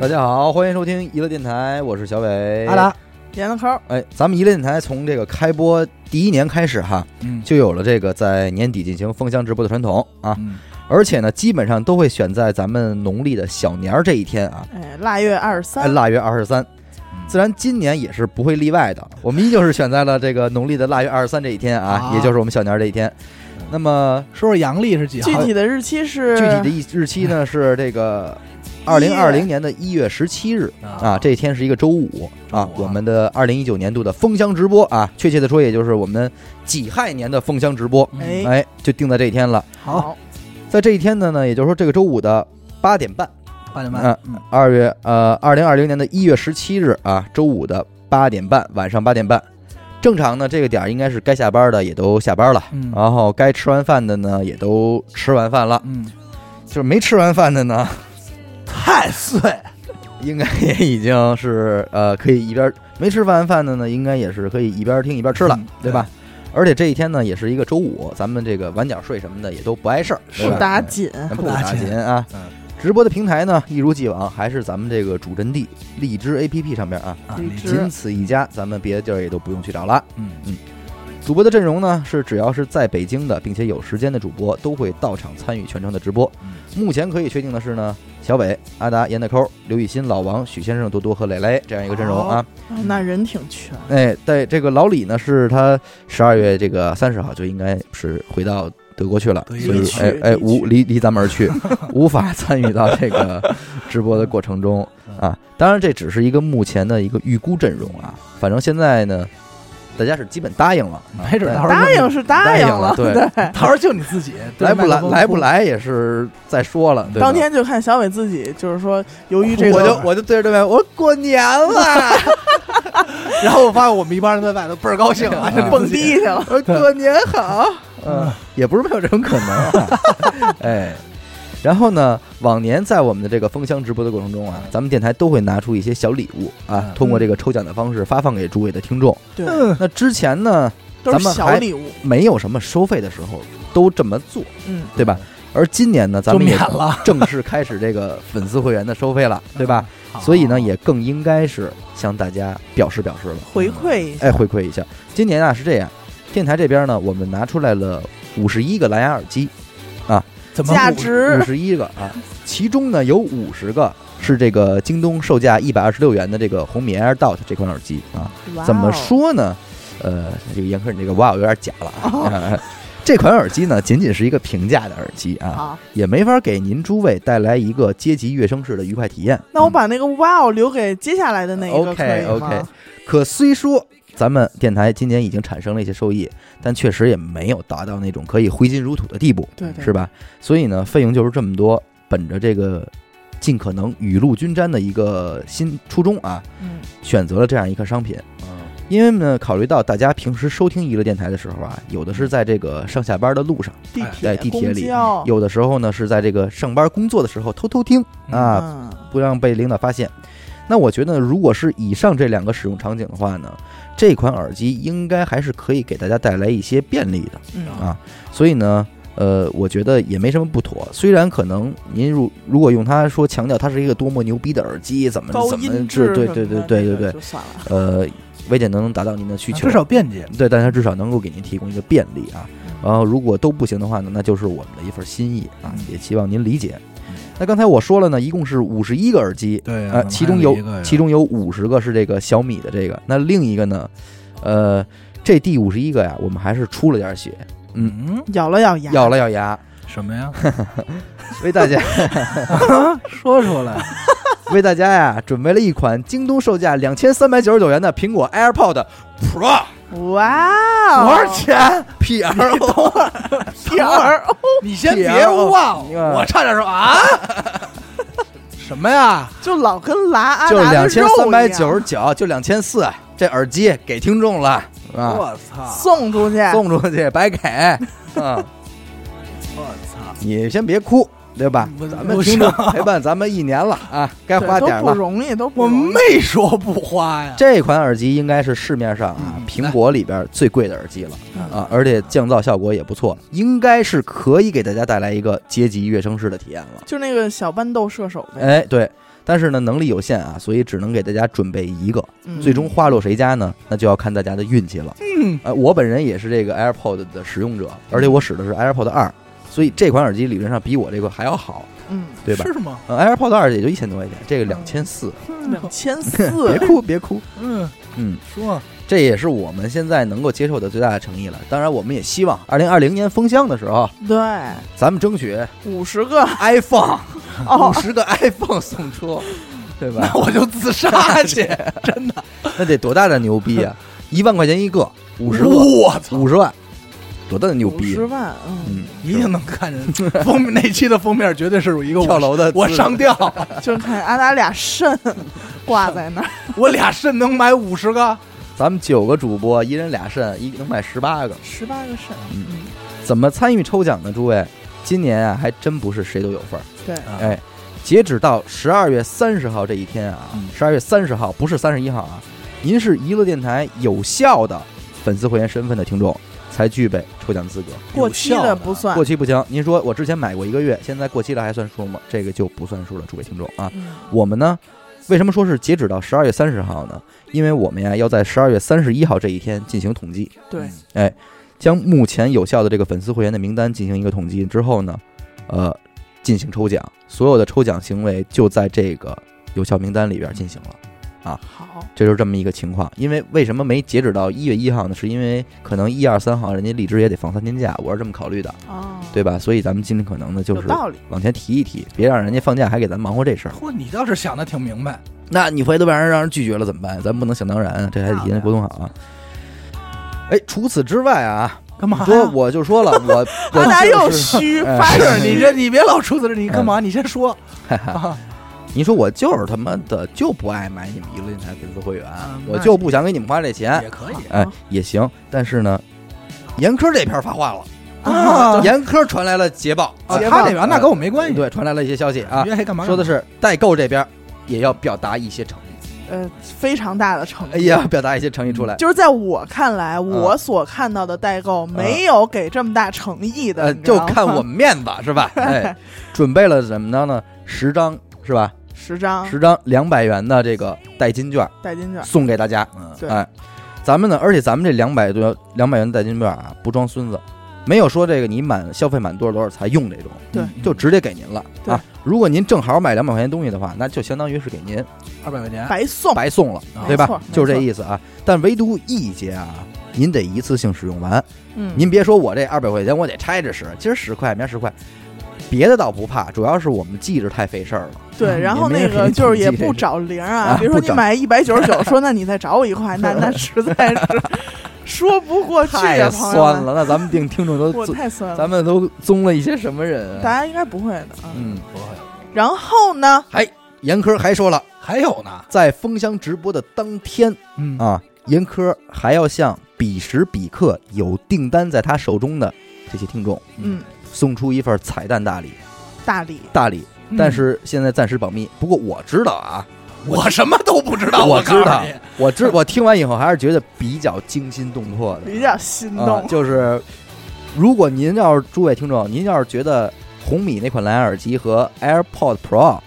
大家好，欢迎收听娱乐电台，我是小伟。阿达，闫了抠，哎，咱们娱乐电台从这个开播第一年开始哈，嗯就有了这个在年底进行封箱直播的传统啊，嗯而且呢，基本上都会选在咱们农历的小年儿这一天啊，哎，腊月二十哎，嗯三，腊月二十三。自然今年也是不会例外的，我们依旧是选在了这个农历的腊月二十三这一天啊，啊嗯也就是我们小年儿这一天。那么说说阳历是几号具？体的日期是具体的一日期呢是这个二零二零年的一月十七日啊，这一天是一个周五啊周五啊，我们的二零一九年度的封箱直播啊，确切的说，也就是我们己亥年的封箱直播，哎哎哎，就定在这一天了。好，在这一天呢呢，也就是说这个周五的八点半，八点半嗯，嗯二月呃二零二零年的一月十七日啊，周五的八点半，晚上八点半。正常呢，这个点儿应该是该下班的也都下班了，嗯然后该吃完饭的呢也都吃完饭了，嗯，就是没吃完饭的呢，太岁应该也已经是呃，可以一边没吃完饭的呢，应该也是可以一边听一边吃了，嗯对吧？而且这一天呢，也是一个周五，咱们这个晚点睡什么的也都不碍事儿，对不吧打紧，咱不不打打紧紧啊嗯。直播的平台呢，一如既往还是咱们这个主阵地荔枝 APP 上面啊，啊，荔李枝仅此一家，咱们别的地儿也都不用去找了。嗯主播的阵容呢是只要是在北京的，并且有时间的主播都会到场参与全程的直播。嗯目前可以确定的是呢，小伟、阿达、严大抠、刘雨欣、老王、许先生、多多和蕾蕾这样一个阵容啊。哦那人挺全，哎，对，这个老李呢是他十二月这个三十号就应该是回到德国去了，德所语以地区哎哎地区无离离咱们而去，无法参与到这个直播的过程中啊。当然，这只是一个目前的一个预估阵容啊。反正现在呢，大家是基本答应了，啊没准但到时候答应是答应了，答应了对，到时候就你自己嗯来不来来不，来也是再说了，对吧当天就看小伟自己，就是说，由于这我就个，我就对着对面，我说过年了，对 麦克风然后我发现我们一帮人在外头倍儿高兴啊，就你蹦自己迪 去了，我说过年 好，嗯，也不是没有这种可能、啊，哎。然后呢，往年在我们的这个封箱直播的过程中啊，咱们电台都会拿出一些小礼物啊嗯，通过这个抽奖的方式发放给诸位的听众。对，嗯那之前呢，都咱是们小还礼物，没有什么收费的时候都这么做，嗯，对吧？而今年呢，咱就们也免了，正式开始这个粉丝会员的收费了，对吧？ 嗯所哦以呢，也更应该是向大家表示表示了。回馈一下，哎，回馈一下。今年啊是这样，电台这边呢，我们拿出来了五十一个蓝牙耳机，怎么价不值五十一个啊，其中呢有五十个是这个京东售价一百二十六元的这个红米 AirDot 这款耳机啊。哇哦怎么？说呢？呃，这个严科，你这个哇，有点假了啊。 呃这款耳机呢，仅仅是一个平价的耳机啊，好，也没法给您诸位带来一个阶级跃升式的愉快体验。那我把那个哇哦留给接下来的那一个可 OK 以 OK 吗？。可虽说咱们电台今年已经产生了一些收益，但确实也没有达到那种可以挥金如土的地步，对对，是吧？所以呢，费用就是这么多，本着这个尽可能雨露均沾的一个新初衷啊，嗯，选择了这样一个商品。嗯因为呢，考虑到大家平时收听娱乐电台的时候啊，有的是在这个上下班的路上，地哎铁、地铁里公交有的时候呢是在这个上班工作的时候偷偷听啊，嗯不让被领导发现。那我觉得，如果是以上这两个使用场景的话呢，这款耳机应该还是可以给大家带来一些便利的。嗯啊所以呢，呃，我觉得也没什么不妥。虽然可能您如如果用它说强调它是一个多么牛逼的耳机，怎么高怎音么质治，对什么对对的对那对对，个就算了，呃，未见能达到您的需求至。少便捷，对，但它至少能够给您提供一个便利啊。嗯然后如果都不行的话呢，那就是我们的一份心意啊，嗯也希望您理解。那刚才我说了呢，一共是五十一个耳机，对啊呃，其中有其中中有五十个是这个小米的这个，那另一个呢，呃，这第五十一个呀，我们还是出了点血，嗯咬了咬牙，咬了咬牙，什么呀？为 大家 说出来，为大家呀准备了一款京东售价两千三百九十九元的苹果 AirPod Pro，哇，哦多少？钱？ P R O，点啊儿， 哦 你先别忘，我差点说啊，什么呀？就老跟拉阿就是达的两千三肉百一样九十九，就两千四，这耳机给听众了啊，我操！送出去，送出去白给，啊，我操！你先别哭对吧？我咱们我听众想陪伴咱们一年了啊，该对花点都不了。容易，都不我容易。没说不花呀，这款耳机应该是市面上啊嗯苹果里边最贵的耳机了嗯啊，而且降噪效果也不错，应该是可以给大家带来一个阶级跃升式的体验了。就那个小豌豆射手呗，哎，对，但是呢能力有限啊，所以只能给大家准备一个，嗯最终花落谁家呢？那就要看大家的运气了。嗯，呃，我本人也是这个 AirPod 的使用者，而且我使的是 AirPod 二，所以这款耳机理论上比我这个还要好，嗯，对吧？是吗？呃，AirPod 二也就一千多块钱，这个两千四，两千 别四，哭别哭，嗯，嗯，说这也是我们现在能够接受的最大的诚意了。当然，我们也希望二零二零年封箱的时候，对，咱们争取五十个 iPhone 五哦，十个 iPhone 送出，对吧 那？我就自杀去，那得多大的牛逼啊！一万块钱一个，五十个，我操，五十万，多大的牛五逼啊十！万，嗯，嗯，一定能看人。封面那期的封面绝对是有一个跳我楼的姿势，我上吊， 嗯就看俺俩俩肾挂在 那儿，我俩肾能买五十个，咱们九个主播，一人俩肾，一能买十八个。十八个肾，嗯嗯，怎么参与抽奖呢？诸位，今年啊，还真不是谁都有份儿。对，啊哎，截止到十二月三十号这一天啊嗯，十二月三十号不是三十一号啊，您是娱乐电台有效的粉丝会员身份的听众，才具备抽奖资格。过期有效啊的不算过，期不行，您说我之前买过一个月，现在过期了还算数吗？这个就不算数了，诸位听众啊。嗯我们呢，为什么说是截止到十二月三十号呢？因为我们呀要在十二月三十一号这一天进行统计，哎对，将目前有效的这个粉丝会员的名单进行一个统计之后呢，呃，进行抽奖，所有的抽奖行为就在这个有效名单里边进行了。嗯好，这就是这么一个情况，因为为什么没截止到一月一号呢？是因为可能一二三号人家荔枝也得放三天假，我是这么考虑的，哦，对吧？所以咱们尽可能的就有是道理，往前提一提，别让人家放假还给咱忙活这事儿。嚯，你倒是想的挺明白，那你回头让人让人拒绝了怎么办？咱不能想当然，这还得提前沟通好啊。哎，除此之外啊，干嘛呀？说我就说了，我我俺俩又就是虚哎发是着你你这，你别老出词，你干嘛？你先说哈哈啊！你说我就是他妈的就不爱买你们娱乐电台粉丝会员啊，我就不想给你们花这钱也，可以，哎，也行。但是呢，严科这篇发话了，啊严科传来了捷报，啊哎捷报他那边那跟我没关系，对，传来了一些消息啊你，愿意干嘛干嘛说的是代购这边也要表达一些诚意， 呃，非常大的成哎绩。 呀，表达一些诚意出来。就是在我看来，嗯我所看到的代购没有给这么大诚意的，呃，你知就道吗看 我们面子是吧？哎，准备了怎么着呢？十张是吧？十张十张两百元的这个代金券代金券，送给大家。嗯对哎，咱们呢，而且咱们这两百多两百元的代金券啊，不装孙子，没有说这个你满消费满多少多少才用这种，对嗯就直接给您了对啊。如果您正好买两百块钱东西的话，那就相当于是给您二百块钱，白送，白送了对啊，哦没吧错？没就是这错意思啊。但唯独一节啊，您得一次性使用完。嗯，您别说我这二百块钱我得拆着使，今儿十块，明儿十块，别的倒不怕，主要是我们记着太费事儿了。对，嗯然也后没那人给个你就是统也计这不事找零儿啊啊，比如说不你找买一百九 十九，说那你再找我一块，那那实在是说不过去太呀，朋友酸们，了，那咱们定听众都 我宗太酸了咱，们都宗了一些什么人大啊？家应该不会的啊。嗯，然后呢，严科还说了，还有呢，在封箱直播的当天嗯啊，严科还要向彼时彼刻有订单在他手中的这些听众嗯，送出一份彩蛋大礼，大理大礼。嗯但是现在暂时保密。不过我知道啊，嗯我什么都不知道，我我告诉知道你，我 知我听完以后还是觉得比较惊心动魄的。比较心啊动，，就是如果您要是诸位听众，您要是觉得红米那款蓝牙耳机和 AirPod Pro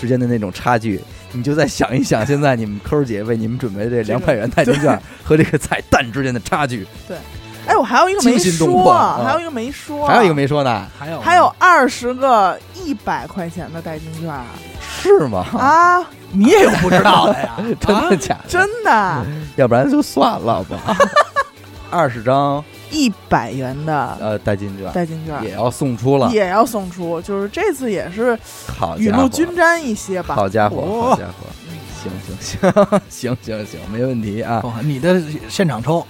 之间的那种差距，你就再想一想，现在你们抠儿姐为你们准备这这两个百元代金券和这个彩蛋之间的差距，哎，我还有一个没惊心动说，魄啊还有一个没说，还有一个没说呢，还有还有二十个一百块钱的代金 券啊是吗？，啊，你也有不知道的 呀啊真的假的？真的，要不然就算了 吧。二十张一百元的呃代金券代金券也要送出了，也要送出，就是这次也是好雨家露伙！均沾一些吧。好家伙，哦好家伙！行行行 行行行，没问题啊！哦你的现场抽，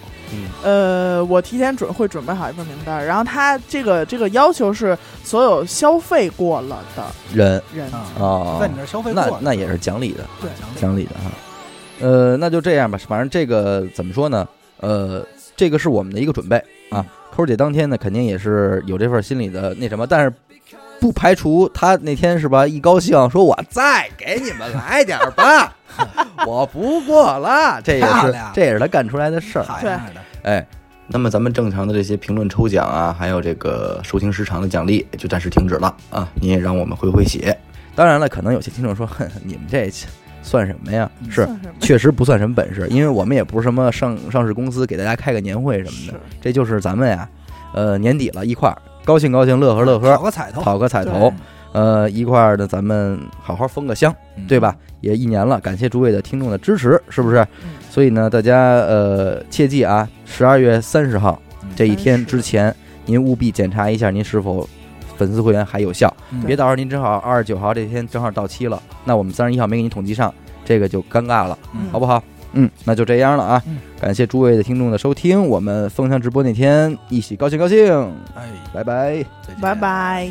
呃，我提前准会准备好一份名单，然后他这个这个要求是所有消费过了的人人，啊哦，在你那儿消费过那了，那也是讲理的，对讲理讲理的哈。呃，那就这样吧，反正这个怎么说呢？呃，这个是嗯我们的一个准备啊。抠儿姐当天呢，肯定也是有这份心理的那什么，但是不排除他那天是吧一高兴说我再给你们来点儿 吧，我不过了，这也漂是亮这也是他干出来的事儿。好对样的，哎，那么咱们正常的这些评论抽奖啊，还有这个收听时长的奖励，就暂时停止了啊！你也让我们回回血，当然了，可能有些听众说，哼，你们这算什么呀？嗯是算什么确实不算什么本事，因为我们也不是什么上上市公司，给大家开个年会什么的，这就是咱们呀，呃，年底了，一块儿高兴高兴，乐呵乐讨呵，嗯个彩头，讨个彩头对，呃，一块儿呢，咱们好好封个箱，嗯对吧？？也一年了，感谢诸位的听众的支持，是不是嗯？所以呢，大家呃切记啊，十二月三十号嗯这一天30之前，您务必检查一下您是否粉丝会员还有效。嗯别到时候您正好二十九号这天正好到期了，那我们三十一号没给您统计上，这个就尴尬了，嗯好不好？嗯，那就这样了啊嗯！感谢诸位的听众的收听，我们风向直播那天一起高兴高兴，哎，拜拜。再见拜拜。